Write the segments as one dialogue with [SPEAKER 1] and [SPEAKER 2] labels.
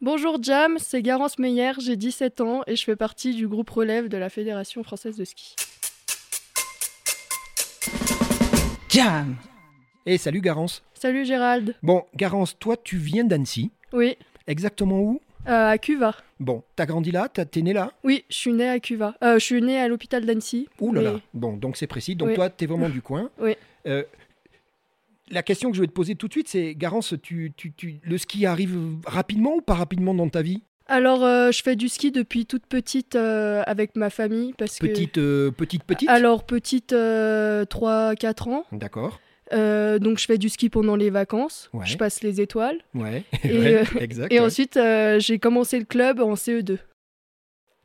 [SPEAKER 1] Bonjour Jam, c'est Garance Meyer, j'ai 17 ans et je fais partie du groupe relève de la Fédération française de ski.
[SPEAKER 2] Jam Et Eh, salut Garance.
[SPEAKER 1] Salut Gérald.
[SPEAKER 2] Bon, Garance, toi tu viens d'Annecy.
[SPEAKER 1] Oui,
[SPEAKER 2] Exactement où
[SPEAKER 1] euh, à Cuva.
[SPEAKER 2] Bon, t'as grandi là, t'as- t'es né là
[SPEAKER 1] Oui, je suis née à Cuva. Euh, je suis née à l'hôpital d'Annecy.
[SPEAKER 2] Ouh là
[SPEAKER 1] mais-
[SPEAKER 2] là. Bon, donc c'est précis. Donc
[SPEAKER 1] Oui.
[SPEAKER 2] toi, t'es vraiment du coin.
[SPEAKER 1] Oui.
[SPEAKER 2] Euh, la question que je vais te poser tout de suite, c'est Garance, tu, tu- tu- le ski arrive rapidement ou pas rapidement dans ta vie
[SPEAKER 1] Alors, euh, je fais du ski depuis toute petite euh, avec ma famille parce
[SPEAKER 2] Petite, euh, petite,
[SPEAKER 1] que.
[SPEAKER 2] petite
[SPEAKER 1] Alors, petite, euh, 3-4 ans.
[SPEAKER 2] D'accord.
[SPEAKER 1] Euh, donc, je fais du ski pendant les vacances.
[SPEAKER 2] Ouais.
[SPEAKER 1] Je passe les étoiles.
[SPEAKER 2] Ouais.
[SPEAKER 1] Et,
[SPEAKER 2] Ouais,
[SPEAKER 1] euh,
[SPEAKER 2] exact.
[SPEAKER 1] Et
[SPEAKER 2] ouais.
[SPEAKER 1] ensuite, euh, j'ai commencé le club en E CE2.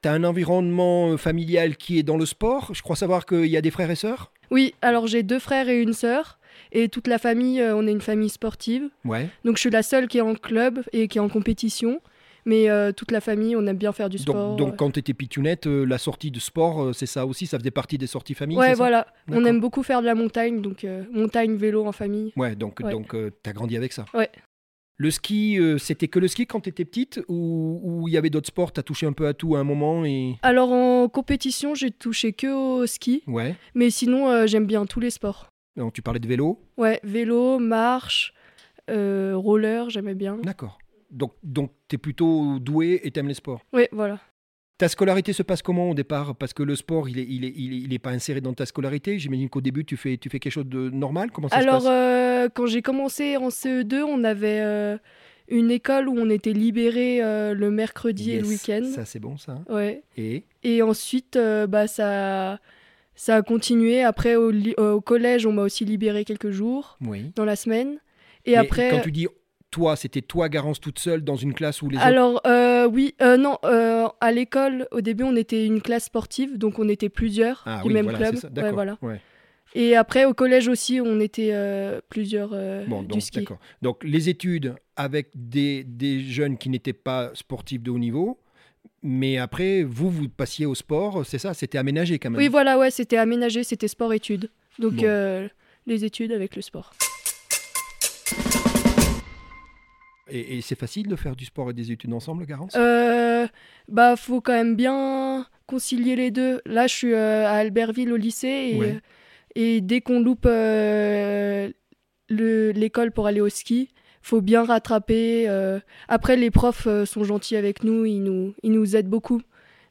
[SPEAKER 2] T'as un environnement euh, familial qui est dans le sport. Je crois savoir qu'il y a des frères et sœurs.
[SPEAKER 1] Oui, alors j'ai deux frères et une sœur. Et toute la famille, euh, on est une famille sportive.
[SPEAKER 2] Ouais.
[SPEAKER 1] Donc je suis la seule qui est en club et qui est en compétition. Mais euh, toute la famille, on aime bien faire du sport.
[SPEAKER 2] Donc, donc quand t'étais pitounette, euh, la sortie de sport, euh, c'est ça aussi, ça faisait partie des sorties famille.
[SPEAKER 1] ouais,
[SPEAKER 2] c'est ça
[SPEAKER 1] voilà. On
[SPEAKER 2] D'accord.
[SPEAKER 1] aime beaucoup faire de la montagne. Donc euh, montagne, vélo en famille.
[SPEAKER 2] Ouais, donc,
[SPEAKER 1] Ouais.
[SPEAKER 2] donc euh, t'as grandi avec ça.
[SPEAKER 1] Ouais.
[SPEAKER 2] Le ski, euh, c'était que le ski quand t'étais petite ou ou il y avait d'autres sports T'as touché un peu à tout à un moment et.
[SPEAKER 1] Alors en compétition, j'ai touché que au ski.
[SPEAKER 2] Ouais.
[SPEAKER 1] Mais sinon, euh, j'aime bien tous les sports.
[SPEAKER 2] Non, tu parlais de vélo.
[SPEAKER 1] Ouais, vélo, marche, euh, roller, j'aimais bien.
[SPEAKER 2] D'accord. Donc, donc t'es plutôt doué et t'aimes les sports.
[SPEAKER 1] Ouais, voilà.
[SPEAKER 2] Ta scolarité se passe comment au départ Parce que le sport, il est, il est, il est, il est pas inséré dans ta scolarité. J'imagine qu'au début, tu fais, tu fais quelque chose de normal. Comment ça se
[SPEAKER 1] Alors
[SPEAKER 2] passe
[SPEAKER 1] euh, quand j'ai commencé en CE2, on avait euh, une école où on était libéré le mercredi et le
[SPEAKER 2] Yes,
[SPEAKER 1] week-end.
[SPEAKER 2] Ça, c'est bon, ça.
[SPEAKER 1] Ouais.
[SPEAKER 2] Et
[SPEAKER 1] Et ensuite, euh, bah, ça, ça a continué. Après, au, li- euh, au collège, on m'a aussi libéré quelques jours
[SPEAKER 2] Oui.
[SPEAKER 1] dans la semaine. Et
[SPEAKER 2] Mais
[SPEAKER 1] après.
[SPEAKER 2] Quand tu dis toi, c'était toi, Garance, toute seule dans une classe où les autres.
[SPEAKER 1] Alors, euh, oui, euh, non, euh, à l'école, au début, on était une classe sportive, donc on était plusieurs
[SPEAKER 2] Ah
[SPEAKER 1] du
[SPEAKER 2] oui,
[SPEAKER 1] même
[SPEAKER 2] voilà,
[SPEAKER 1] club.
[SPEAKER 2] c'est ça.
[SPEAKER 1] Ouais,
[SPEAKER 2] D'accord.
[SPEAKER 1] voilà.
[SPEAKER 2] ouais.
[SPEAKER 1] Et après, au collège aussi, on était euh, plusieurs euh,
[SPEAKER 2] Bon,
[SPEAKER 1] du
[SPEAKER 2] donc,
[SPEAKER 1] ski.
[SPEAKER 2] d'accord. Donc, les études avec des, des jeunes qui n'étaient pas sportifs de haut niveau, mais après, vous, vous passiez au sport, c'est ça C'était aménagé quand même.
[SPEAKER 1] Oui, voilà, ouais, c'était aménagé, c'était sport-études. Donc,
[SPEAKER 2] Bon.
[SPEAKER 1] euh, les études avec le sport.
[SPEAKER 2] Et, et c'est facile de faire du sport et des études ensemble, Garance
[SPEAKER 1] Euh, bah, faut quand même bien concilier les deux. Là, je suis euh, à Albertville au lycée et, euh,
[SPEAKER 2] Ouais.
[SPEAKER 1] et dès qu'on loupe euh, le- l'école pour aller au ski, faut bien rattraper. euh. Après, les profs euh, sont gentils avec nous, ils nous, ils nous aident beaucoup.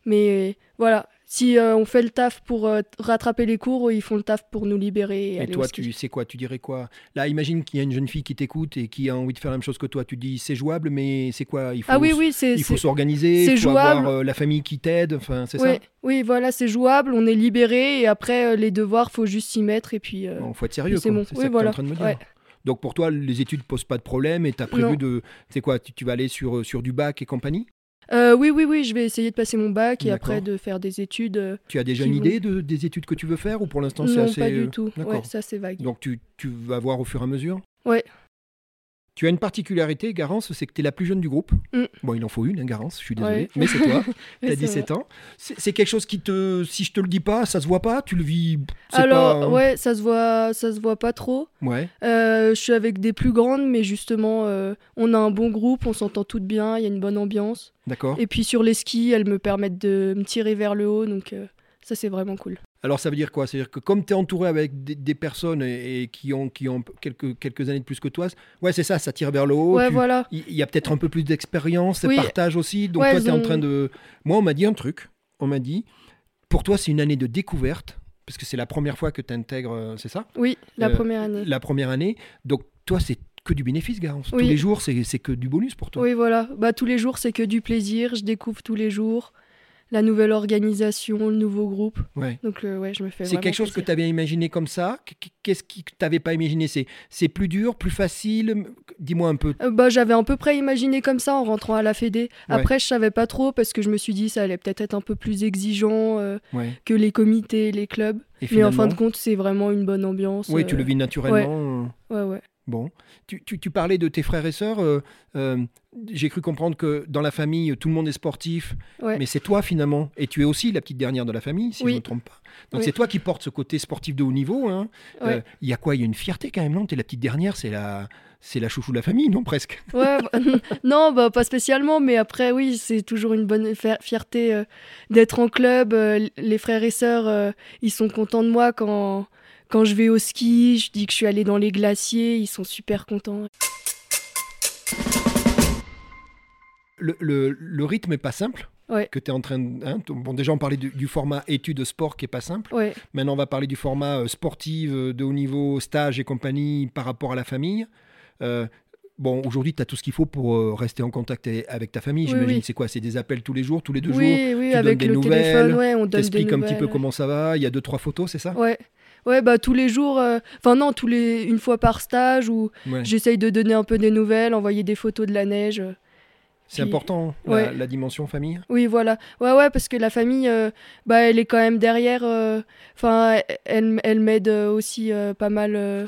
[SPEAKER 1] Mais voilà, si euh, on fait le taf pour euh, rattraper les cours, ils font le taf pour nous libérer. Et,
[SPEAKER 2] Et
[SPEAKER 1] aller au
[SPEAKER 2] toi,
[SPEAKER 1] ski.
[SPEAKER 2] tu sais quoi Tu dirais quoi Là, imagine qu'il y a une jeune fille qui t'écoute et qui a envie de faire la même chose que toi. Tu dis, c'est jouable, mais c'est quoi Il faut,
[SPEAKER 1] Ah oui,
[SPEAKER 2] s-
[SPEAKER 1] oui, c'est
[SPEAKER 2] Il faut
[SPEAKER 1] c'est-
[SPEAKER 2] s'organiser,
[SPEAKER 1] c'est
[SPEAKER 2] il faut avoir
[SPEAKER 1] jouable.
[SPEAKER 2] euh, la famille qui t'aide, enfin, c'est
[SPEAKER 1] oui, oui, voilà, c'est jouable, on est libéré et après euh, les devoirs, faut juste s'y mettre et puis. euh,
[SPEAKER 2] ça Il faut être sérieux,
[SPEAKER 1] puis c'est
[SPEAKER 2] Ah quoi.
[SPEAKER 1] bon. Oui,
[SPEAKER 2] c'est ça que t'es
[SPEAKER 1] voilà.
[SPEAKER 2] en train de me dire.
[SPEAKER 1] Ouais.
[SPEAKER 2] Donc pour toi, les études posent pas de problème et tu as prévu
[SPEAKER 1] Non.
[SPEAKER 2] de... C'est quoi tu, tu vas aller sur, euh, sur du bac et compagnie
[SPEAKER 1] Euh, oui, oui, oui, je vais essayer de passer mon bac et
[SPEAKER 2] D'accord.
[SPEAKER 1] après de faire des études. euh,
[SPEAKER 2] Tu as déjà
[SPEAKER 1] Qui
[SPEAKER 2] une
[SPEAKER 1] vont-
[SPEAKER 2] idée de- des études que tu veux faire ou pour l'instant c'est
[SPEAKER 1] non,
[SPEAKER 2] assez.
[SPEAKER 1] pas
[SPEAKER 2] euh,
[SPEAKER 1] du tout. Ouais,
[SPEAKER 2] d'accord.
[SPEAKER 1] ça c'est vague.
[SPEAKER 2] Donc tu, tu vas voir au fur et à mesure
[SPEAKER 1] Ouais.
[SPEAKER 2] Tu as une particularité, Garance, c'est que tu es la plus jeune du groupe.
[SPEAKER 1] Mm.
[SPEAKER 2] Bon, il en faut une, hein, Garance, je suis désolé,
[SPEAKER 1] Ouais.
[SPEAKER 2] mais c'est toi, tu
[SPEAKER 1] Ouais,
[SPEAKER 2] as
[SPEAKER 1] ça
[SPEAKER 2] 17 ans. C'est c'est quelque chose qui te. Si je te le dis pas, ça se voit pas, tu le vis.
[SPEAKER 1] va.
[SPEAKER 2] c'est
[SPEAKER 1] Alors,
[SPEAKER 2] pas, hein.
[SPEAKER 1] ouais, ça se voit, ça se voit pas trop.
[SPEAKER 2] Ouais.
[SPEAKER 1] Euh, je suis avec des plus grandes, mais justement, euh, on a un bon groupe, on s'entend toutes bien, il y a une bonne ambiance.
[SPEAKER 2] d'accord.
[SPEAKER 1] Et puis sur les skis, elles me permettent de me tirer vers le haut, donc euh, ça c'est vraiment cool.
[SPEAKER 2] Alors ça veut dire quoi C'est-à-dire que comme tu es entouré avec des, des personnes et, et qui ont, qui ont quelques, quelques années de plus que toi, ouais, c'est ça, ça tire vers le haut.
[SPEAKER 1] ouais,
[SPEAKER 2] Oh, tu-
[SPEAKER 1] voilà.
[SPEAKER 2] Il il y a peut-être un peu plus d'expérience, et
[SPEAKER 1] Oui.
[SPEAKER 2] partage aussi. Donc
[SPEAKER 1] Ouais,
[SPEAKER 2] toi, tu es
[SPEAKER 1] elles
[SPEAKER 2] en
[SPEAKER 1] ont-
[SPEAKER 2] train de... Moi, on m'a dit un truc. On m'a dit, pour toi, c'est une année de découverte, parce que c'est la première fois que tu intègres, euh, c'est ça
[SPEAKER 1] Oui, la
[SPEAKER 2] Euh,
[SPEAKER 1] première année.
[SPEAKER 2] La première année. Donc toi, c'est que du bénéfice, Garance.
[SPEAKER 1] Oui.
[SPEAKER 2] Tous les jours, c'est c'est que du bonus pour toi.
[SPEAKER 1] Oui, voilà. Bah, tous les jours, c'est que du plaisir. Je découvre tous les jours la nouvelle organisation, le nouveau groupe.
[SPEAKER 2] Ouais.
[SPEAKER 1] Donc, euh, ouais, je me fais.
[SPEAKER 2] C'est
[SPEAKER 1] vraiment
[SPEAKER 2] quelque chose que
[SPEAKER 1] plaisir.
[SPEAKER 2] tu avais imaginé comme ça. Qu- qu- Qu'est-ce qui- que tu n'avais pas imaginé C'est- C'est plus dur, plus facile Dis-moi un peu.
[SPEAKER 1] Euh, bah, j'avais à peu près imaginé comme ça en rentrant à la Fédé. Après, je savais pas trop parce que je me suis dit ça allait peut-être être un peu plus exigeant euh,
[SPEAKER 2] Ouais.
[SPEAKER 1] que les comités, les clubs.
[SPEAKER 2] Et
[SPEAKER 1] Mais en fin
[SPEAKER 2] finalement-
[SPEAKER 1] de compte, c'est vraiment une bonne ambiance.
[SPEAKER 2] Oui, tu
[SPEAKER 1] euh,
[SPEAKER 2] le vis naturellement.
[SPEAKER 1] Ouais, ouais.
[SPEAKER 2] Bon, tu, tu- tu parlais de tes frères et sœurs. euh, euh, J'ai cru comprendre que dans la famille, tout le monde est sportif,
[SPEAKER 1] Ouais.
[SPEAKER 2] mais c'est toi finalement. Et tu es aussi la petite dernière de la famille, si
[SPEAKER 1] Oui.
[SPEAKER 2] je ne me trompe pas. Donc
[SPEAKER 1] Oui.
[SPEAKER 2] c'est toi qui portes ce côté sportif de haut niveau. hein. Euh, Il
[SPEAKER 1] Ouais.
[SPEAKER 2] y a quoi Il y a une fierté quand même, non Tu es la petite dernière, c'est la, c'est la chouchou de la famille, non Presque.
[SPEAKER 1] Ouais, bah, non, bah, pas spécialement, mais après, oui, c'est toujours une bonne fi- fierté euh, d'être en club. Euh, les frères et sœurs, euh, ils sont contents de moi quand, quand je vais au ski, je dis que je suis allée dans les glaciers, ils sont super contents.
[SPEAKER 2] Le, le- le rythme est pas simple.
[SPEAKER 1] Ouais.
[SPEAKER 2] Que tu es en train de. hein, t- bon, déjà, on parlait du, du format études-sport qui est pas simple.
[SPEAKER 1] Ouais,
[SPEAKER 2] Maintenant, on va parler du format euh, sportif euh, de haut niveau, stage et compagnie par rapport à la famille. Euh, bon, aujourd'hui, tu as tout ce qu'il faut pour euh, rester en contact a- avec ta famille,
[SPEAKER 1] Oui,
[SPEAKER 2] j'imagine.
[SPEAKER 1] oui.
[SPEAKER 2] C'est quoi C'est des appels tous les jours, tous les deux jours
[SPEAKER 1] oui, oui,
[SPEAKER 2] donnes
[SPEAKER 1] avec
[SPEAKER 2] des
[SPEAKER 1] le
[SPEAKER 2] nouvelles,
[SPEAKER 1] téléphone, ouais, on donne des
[SPEAKER 2] T'expliques un
[SPEAKER 1] nouvelles.
[SPEAKER 2] petit peu comment ça va Il y a deux, trois photos, c'est ça
[SPEAKER 1] Ouais. Ouais, bah tous les jours, euh, enfin non, tous les une fois par stage ou
[SPEAKER 2] Ouais.
[SPEAKER 1] j'essaye de donner un peu des nouvelles, envoyer des photos de la neige. euh.
[SPEAKER 2] C'est
[SPEAKER 1] Puis-
[SPEAKER 2] important, la- la,
[SPEAKER 1] Ouais.
[SPEAKER 2] dimension famille
[SPEAKER 1] Oui, voilà. Ouais, ouais, parce que la famille, euh, bah, elle est quand même derrière. euh, Enfin, elle, elle m'aide euh, aussi euh, pas mal euh,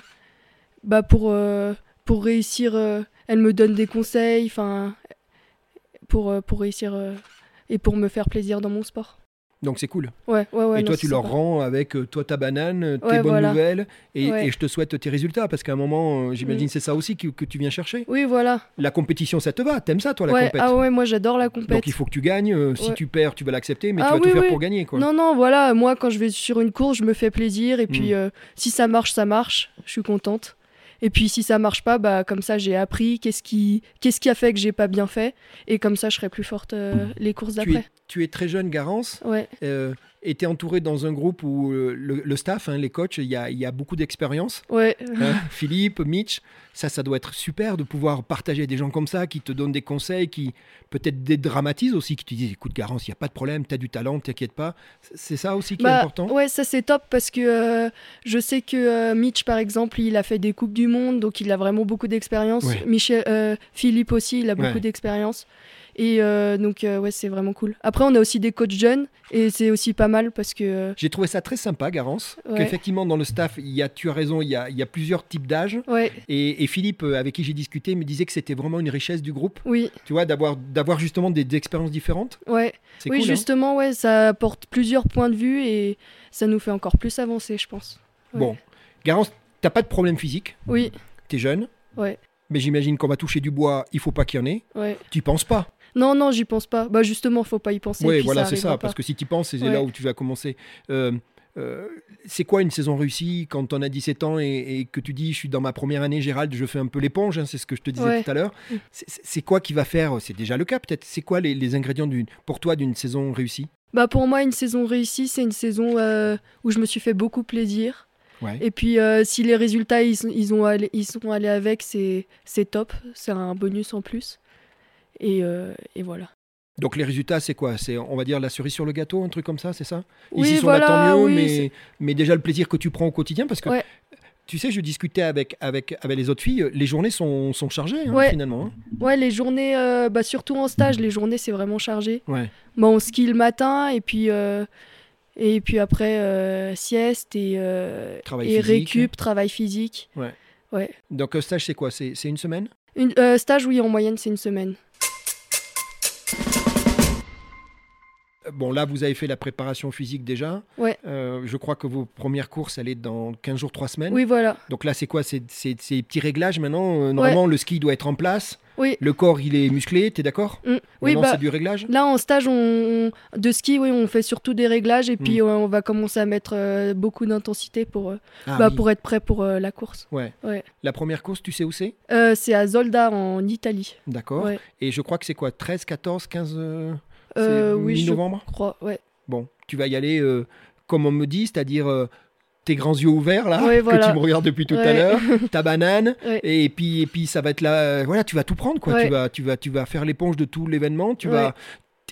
[SPEAKER 1] bah, pour, euh, pour réussir. euh, elle me donne des conseils, enfin, pour, euh, pour réussir euh, et pour me faire plaisir dans mon sport.
[SPEAKER 2] donc c'est cool.
[SPEAKER 1] Ouais, ouais, ouais.
[SPEAKER 2] et
[SPEAKER 1] non,
[SPEAKER 2] toi,
[SPEAKER 1] c'est
[SPEAKER 2] tu leur
[SPEAKER 1] sympa.
[SPEAKER 2] rends avec euh, toi ta banane, euh, tes
[SPEAKER 1] Ouais,
[SPEAKER 2] bonnes
[SPEAKER 1] voilà.
[SPEAKER 2] nouvelles, et,
[SPEAKER 1] Ouais. Mm.
[SPEAKER 2] et je te souhaite tes résultats, parce qu'à un moment, euh, j'imagine c'est ça aussi que, que tu viens chercher.
[SPEAKER 1] Oui, voilà.
[SPEAKER 2] La compétition, ça te va, t'aimes ça, toi, la
[SPEAKER 1] ouais,
[SPEAKER 2] compète
[SPEAKER 1] ah ouais, moi j'adore la compète.
[SPEAKER 2] Donc il faut que tu gagnes. euh, Si
[SPEAKER 1] Ouais.
[SPEAKER 2] tu perds, tu vas l'accepter, mais
[SPEAKER 1] Ah
[SPEAKER 2] tu vas
[SPEAKER 1] oui,
[SPEAKER 2] tout faire
[SPEAKER 1] oui.
[SPEAKER 2] pour gagner. Quoi.
[SPEAKER 1] Non, non, voilà, moi quand je vais sur une course, je me fais plaisir et
[SPEAKER 2] Mm.
[SPEAKER 1] puis euh, si ça marche, ça marche, je suis contente. Et puis si ça marche pas, bah comme ça j'ai appris qu'est-ce qui qu'est-ce qui a fait que j'ai pas bien fait et comme ça je serai plus forte euh, les courses
[SPEAKER 2] Mm. tu,
[SPEAKER 1] d'après.
[SPEAKER 2] es, tu es très jeune, Garance,
[SPEAKER 1] Ouais,
[SPEAKER 2] euh, et tu es entouré dans un groupe où euh, le, le staff, hein, les coachs, il y a, il y a beaucoup d'expérience.
[SPEAKER 1] ouais.
[SPEAKER 2] hein. Philippe, Mitch, ça, ça doit être super de pouvoir partager avec des gens comme ça qui te donnent des conseils, qui peut-être dédramatisent aussi, qui te disent écoute, Garance, il n'y a pas de problème, tu as du talent, t'inquiète pas. C'est ça aussi qui est
[SPEAKER 1] Bah,
[SPEAKER 2] important.
[SPEAKER 1] ouais, ça c'est top parce que euh, je sais que euh, Mitch par exemple, il a fait des coupes du monde, donc il a vraiment beaucoup d'expérience.
[SPEAKER 2] Ouais.
[SPEAKER 1] Michel, euh, Philippe aussi, il a beaucoup
[SPEAKER 2] Ouais.
[SPEAKER 1] d'expérience. Et euh, donc euh, ouais, c'est vraiment cool. Après on a aussi des coachs jeunes et c'est aussi pas mal parce que euh,
[SPEAKER 2] J'ai trouvé ça très sympa, Garance,
[SPEAKER 1] Ouais.
[SPEAKER 2] qu'effectivement, dans le staff, il y a, tu as raison, il y a, il y a plusieurs types d'âges.
[SPEAKER 1] ouais,
[SPEAKER 2] Et, et Philippe, euh, avec qui j'ai discuté, me disait que c'était vraiment une richesse du groupe,
[SPEAKER 1] oui.
[SPEAKER 2] tu vois, d'avoir, d'avoir justement des, des expériences différentes.
[SPEAKER 1] Ouais.
[SPEAKER 2] C'est
[SPEAKER 1] Oui,
[SPEAKER 2] cool. hein.
[SPEAKER 1] justement, ouais, ça apporte plusieurs points de vue et ça nous fait encore plus avancer, je pense. ouais.
[SPEAKER 2] Bon, Garance, t'as pas de problème physique,
[SPEAKER 1] Oui,
[SPEAKER 2] t'es jeune.
[SPEAKER 1] Ouais.
[SPEAKER 2] Mais j'imagine qu'on va toucher du bois, il faut pas qu'il y en ait.
[SPEAKER 1] ouais.
[SPEAKER 2] Tu penses pas.
[SPEAKER 1] Non, non, j'y pense pas. Bah justement, faut pas y penser.
[SPEAKER 2] Oui,
[SPEAKER 1] puis
[SPEAKER 2] voilà,
[SPEAKER 1] ça
[SPEAKER 2] c'est ça.
[SPEAKER 1] arrivera pas.
[SPEAKER 2] Parce que si tu penses, c'est
[SPEAKER 1] Ouais.
[SPEAKER 2] là où tu vas commencer. Euh, euh, c'est quoi une saison réussie quand on a 17 ans et, et que tu dis je suis dans ma première année, Gérald, je fais un peu l'éponge, hein, c'est ce que je te disais
[SPEAKER 1] Ouais. Mm.
[SPEAKER 2] tout à l'heure. C'est, c'est- c'est quoi qui va faire C'est déjà le cas peut-être. C'est quoi les, les ingrédients d'une, pour toi d'une saison réussie
[SPEAKER 1] Bah pour moi, une saison réussie, c'est une saison euh, où je me suis fait beaucoup plaisir.
[SPEAKER 2] Ouais.
[SPEAKER 1] Et puis, euh, si les résultats ils, sont- ils ont allé- ils sont allés avec, c'est c'est top. C'est un bonus en plus. Et, euh, et voilà.
[SPEAKER 2] Donc les résultats, c'est quoi C'est on va dire la cerise sur le gâteau, un truc comme ça, c'est ça Ils
[SPEAKER 1] Oui,
[SPEAKER 2] y sont
[SPEAKER 1] voilà,
[SPEAKER 2] là tant mieux,
[SPEAKER 1] oui,
[SPEAKER 2] mais,
[SPEAKER 1] c'est-
[SPEAKER 2] mais déjà le plaisir que tu prends au quotidien, parce que
[SPEAKER 1] Ouais.
[SPEAKER 2] tu sais, je discutais avec, avec, avec les autres filles, les journées sont, sont chargées hein,
[SPEAKER 1] Ouais.
[SPEAKER 2] finalement. hein.
[SPEAKER 1] Ouais, les journées, euh, bah surtout en stage, les journées c'est vraiment chargé.
[SPEAKER 2] Ouais.
[SPEAKER 1] Bah, on skie le matin et puis euh, et puis après euh, sieste et euh,
[SPEAKER 2] Travail
[SPEAKER 1] et
[SPEAKER 2] physique.
[SPEAKER 1] récup travail physique
[SPEAKER 2] Donc euh, un stage, c'est quoi C'est c'est une semaine
[SPEAKER 1] une, euh, stage oui en moyenne c'est une semaine
[SPEAKER 2] Euh, Bon, là, vous avez fait la préparation physique déjà.
[SPEAKER 1] Ouais.
[SPEAKER 2] Euh, je crois que vos premières courses, elles est dans 15 jours, 3 semaines.
[SPEAKER 1] oui voilà
[SPEAKER 2] Donc là, c'est quoi C'est c'est- c'est des petits réglages maintenant Euh, Normalement, le ski doit être en place.
[SPEAKER 1] Oui.
[SPEAKER 2] Le corps, il est musclé, t'es d'accord
[SPEAKER 1] Mm. oui
[SPEAKER 2] Maintenant,
[SPEAKER 1] bah
[SPEAKER 2] c'est du réglage
[SPEAKER 1] là en stage on, on- de ski oui on fait surtout des réglages et puis
[SPEAKER 2] Mm.
[SPEAKER 1] euh, on va commencer à mettre euh, beaucoup d'intensité pour euh,
[SPEAKER 2] Ah
[SPEAKER 1] bah,
[SPEAKER 2] oui.
[SPEAKER 1] pour être prêt pour euh, la course
[SPEAKER 2] Ouais.
[SPEAKER 1] Ouais.
[SPEAKER 2] La première course, tu sais où c'est
[SPEAKER 1] Euh, c'est à Zolda en Italie
[SPEAKER 2] D'accord.
[SPEAKER 1] Ouais.
[SPEAKER 2] Et je crois que c'est quoi 13, 14, 15 euh, c'est
[SPEAKER 1] Euh, oui je
[SPEAKER 2] Mi-novembre
[SPEAKER 1] crois ouais
[SPEAKER 2] Bon, tu vas y aller euh, comme on me dit, c'est-à-dire euh, tes grands yeux ouverts là,
[SPEAKER 1] Ouais, voilà.
[SPEAKER 2] que tu me regardes depuis tout à
[SPEAKER 1] Ouais.
[SPEAKER 2] l'heure, ta banane,
[SPEAKER 1] Ouais.
[SPEAKER 2] et puis et puis ça va être là, euh, voilà, tu vas tout prendre quoi,
[SPEAKER 1] Ouais.
[SPEAKER 2] tu vas tu vas tu vas faire l'éponge de tout l'événement, tu
[SPEAKER 1] Ouais.
[SPEAKER 2] vas.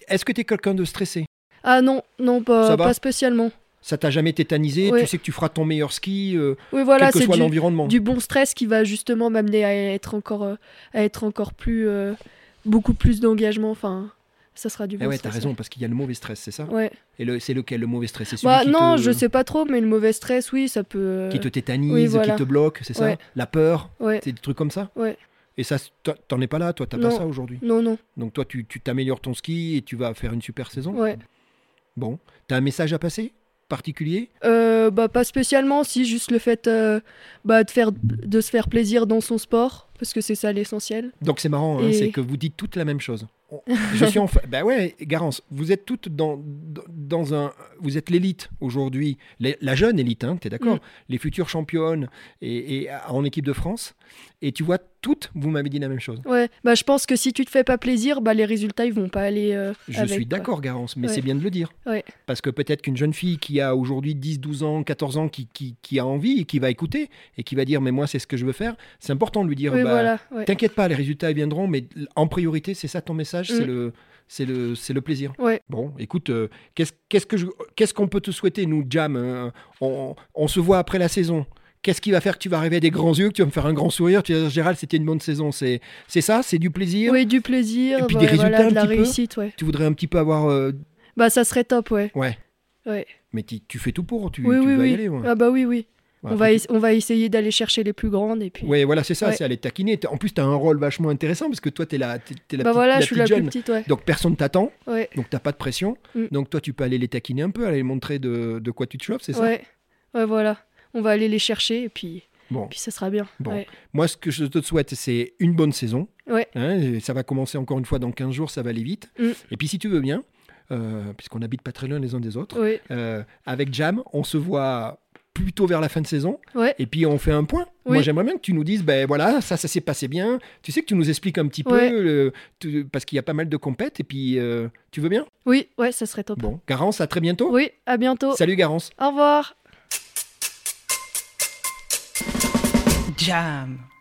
[SPEAKER 2] Est-ce que tu es quelqu'un de stressé
[SPEAKER 1] ah non non
[SPEAKER 2] Ça
[SPEAKER 1] pas,
[SPEAKER 2] va
[SPEAKER 1] pas spécialement
[SPEAKER 2] Ça t'a jamais tétanisé
[SPEAKER 1] Ouais.
[SPEAKER 2] Tu sais que tu feras ton meilleur ski, euh,
[SPEAKER 1] oui voilà
[SPEAKER 2] quel que
[SPEAKER 1] c'est
[SPEAKER 2] soit
[SPEAKER 1] du,
[SPEAKER 2] l'environnement.
[SPEAKER 1] du bon stress qui va justement m'amener à être encore euh, à être encore plus euh, beaucoup plus d'engagement enfin ça sera du bon
[SPEAKER 2] Eh ouais,
[SPEAKER 1] stress,
[SPEAKER 2] t'as raison, parce qu'il y a le mauvais stress, c'est ça
[SPEAKER 1] Ouais.
[SPEAKER 2] Et le, c'est lequel le mauvais stress C'est celui
[SPEAKER 1] Bah,
[SPEAKER 2] qui,
[SPEAKER 1] non,
[SPEAKER 2] te,
[SPEAKER 1] je sais pas trop, mais le mauvais stress, oui, ça peut.
[SPEAKER 2] qui te tétanise,
[SPEAKER 1] Oui, voilà.
[SPEAKER 2] qui te bloque, c'est ça
[SPEAKER 1] Ouais.
[SPEAKER 2] La peur,
[SPEAKER 1] Ouais.
[SPEAKER 2] c'est des trucs comme ça
[SPEAKER 1] Ouais.
[SPEAKER 2] Et ça, c'est- toi, t'en es pas là, toi, t'as pas
[SPEAKER 1] Non.
[SPEAKER 2] ça aujourd'hui.
[SPEAKER 1] Non, non.
[SPEAKER 2] Donc toi, tu tu t'améliores ton ski et tu vas faire une super saison.
[SPEAKER 1] Ouais.
[SPEAKER 2] Bon, t'as un message à passer particulier
[SPEAKER 1] Euh, bah, pas spécialement, si juste le fait euh, bah, de, faire, de se faire plaisir dans son sport, parce que c'est ça l'essentiel.
[SPEAKER 2] Donc c'est marrant, hein,
[SPEAKER 1] Et-
[SPEAKER 2] c'est que vous dites toutes la même chose. On- Je suis en fa- bah ouais, Garance, vous êtes toutes dans, dans- dans un, vous êtes l'élite aujourd'hui, la, la jeune élite, hein, t'es d'accord
[SPEAKER 1] Mm.
[SPEAKER 2] Les futures championnes et, et en équipe de France. Et tu vois, toutes, vous m'avez dit la même chose.
[SPEAKER 1] Ouais, bah, je pense que si tu te fais pas plaisir, bah, les résultats, ils vont pas aller. euh,
[SPEAKER 2] Je
[SPEAKER 1] avec,
[SPEAKER 2] suis
[SPEAKER 1] quoi.
[SPEAKER 2] d'accord, Garance, mais
[SPEAKER 1] Ouais.
[SPEAKER 2] c'est bien de le dire.
[SPEAKER 1] Ouais.
[SPEAKER 2] Parce que peut-être qu'une jeune fille qui a aujourd'hui 10, 12 ans, 14 ans, qui, qui, qui a envie et qui va écouter et qui va dire, mais moi, c'est ce que je veux faire, c'est important de lui dire,
[SPEAKER 1] Oui,
[SPEAKER 2] bah,
[SPEAKER 1] voilà. ouais.
[SPEAKER 2] T'inquiète pas, les résultats ils viendront, mais l- en priorité, c'est ça ton message, c'est
[SPEAKER 1] Mm.
[SPEAKER 2] le, c'est le, c'est le plaisir.
[SPEAKER 1] Ouais.
[SPEAKER 2] Bon, écoute, euh, qu'est-ce, qu'est-ce que je, qu'est-ce qu'on peut te souhaiter, nous, Jam euh, on, on se voit après la saison. Qu'est-ce qui va faire que tu vas rêver des grands yeux, que tu vas me faire un grand sourire, tu vas dire Gérald, c'était une bonne saison. C'est, c'est ça, c'est du plaisir.
[SPEAKER 1] Oui, du plaisir,
[SPEAKER 2] Et puis
[SPEAKER 1] bah,
[SPEAKER 2] des
[SPEAKER 1] voilà,
[SPEAKER 2] résultats un
[SPEAKER 1] de la
[SPEAKER 2] petit peu.
[SPEAKER 1] réussite, ouais.
[SPEAKER 2] Tu voudrais un petit peu avoir, euh,
[SPEAKER 1] Bah, ça serait top, ouais.
[SPEAKER 2] mais tu, tu fais tout pour, tu,
[SPEAKER 1] oui,
[SPEAKER 2] tu
[SPEAKER 1] oui,
[SPEAKER 2] vas
[SPEAKER 1] oui.
[SPEAKER 2] y aller. ouais.
[SPEAKER 1] Ah, bah oui, oui.
[SPEAKER 2] Ouais,
[SPEAKER 1] on, va
[SPEAKER 2] après,
[SPEAKER 1] es- on va essayer d'aller chercher les plus grandes et puis.
[SPEAKER 2] Ouais, voilà, c'est ça,
[SPEAKER 1] Ouais.
[SPEAKER 2] c'est aller te taquiner. T'as- En plus, tu as un rôle vachement intéressant parce que toi, tu es la, t'es- t'es la
[SPEAKER 1] bah
[SPEAKER 2] petite-
[SPEAKER 1] voilà,
[SPEAKER 2] la
[SPEAKER 1] je suis
[SPEAKER 2] petite
[SPEAKER 1] la
[SPEAKER 2] jeune.
[SPEAKER 1] plus petite, ouais.
[SPEAKER 2] Donc personne t'attend,
[SPEAKER 1] Ouais.
[SPEAKER 2] donc t'as pas de pression.
[SPEAKER 1] Mm.
[SPEAKER 2] Donc toi, tu peux aller les taquiner un peu, aller les montrer de, de quoi tu te chauffes, c'est ça
[SPEAKER 1] Ouais. ouais, voilà. On va aller les chercher et puis,
[SPEAKER 2] Bon,
[SPEAKER 1] puis ça sera bien.
[SPEAKER 2] Bon.
[SPEAKER 1] Ouais.
[SPEAKER 2] moi, ce que je te souhaite, c'est une bonne saison.
[SPEAKER 1] Ouais.
[SPEAKER 2] Hein, et ça va commencer encore une fois dans 15 jours, ça va aller vite.
[SPEAKER 1] Mm.
[SPEAKER 2] Et puis si tu veux bien, euh, puisqu'on habite pas très loin les uns des autres,
[SPEAKER 1] Ouais.
[SPEAKER 2] euh, avec Jam, on se voit plutôt vers la fin de saison
[SPEAKER 1] Ouais.
[SPEAKER 2] et puis on fait un point. Moi
[SPEAKER 1] Oui.
[SPEAKER 2] j'aimerais bien que tu nous dises ben voilà ça ça s'est passé bien. Tu sais que tu nous expliques un petit
[SPEAKER 1] Ouais.
[SPEAKER 2] peu le- tu- parce qu'il y a pas mal de compètes et puis euh, tu veux bien
[SPEAKER 1] Oui, ouais, ça serait top.
[SPEAKER 2] Bon, Garance à très bientôt.
[SPEAKER 1] Oui, à bientôt.
[SPEAKER 2] Salut Garance.
[SPEAKER 1] Au revoir.
[SPEAKER 3] Jam.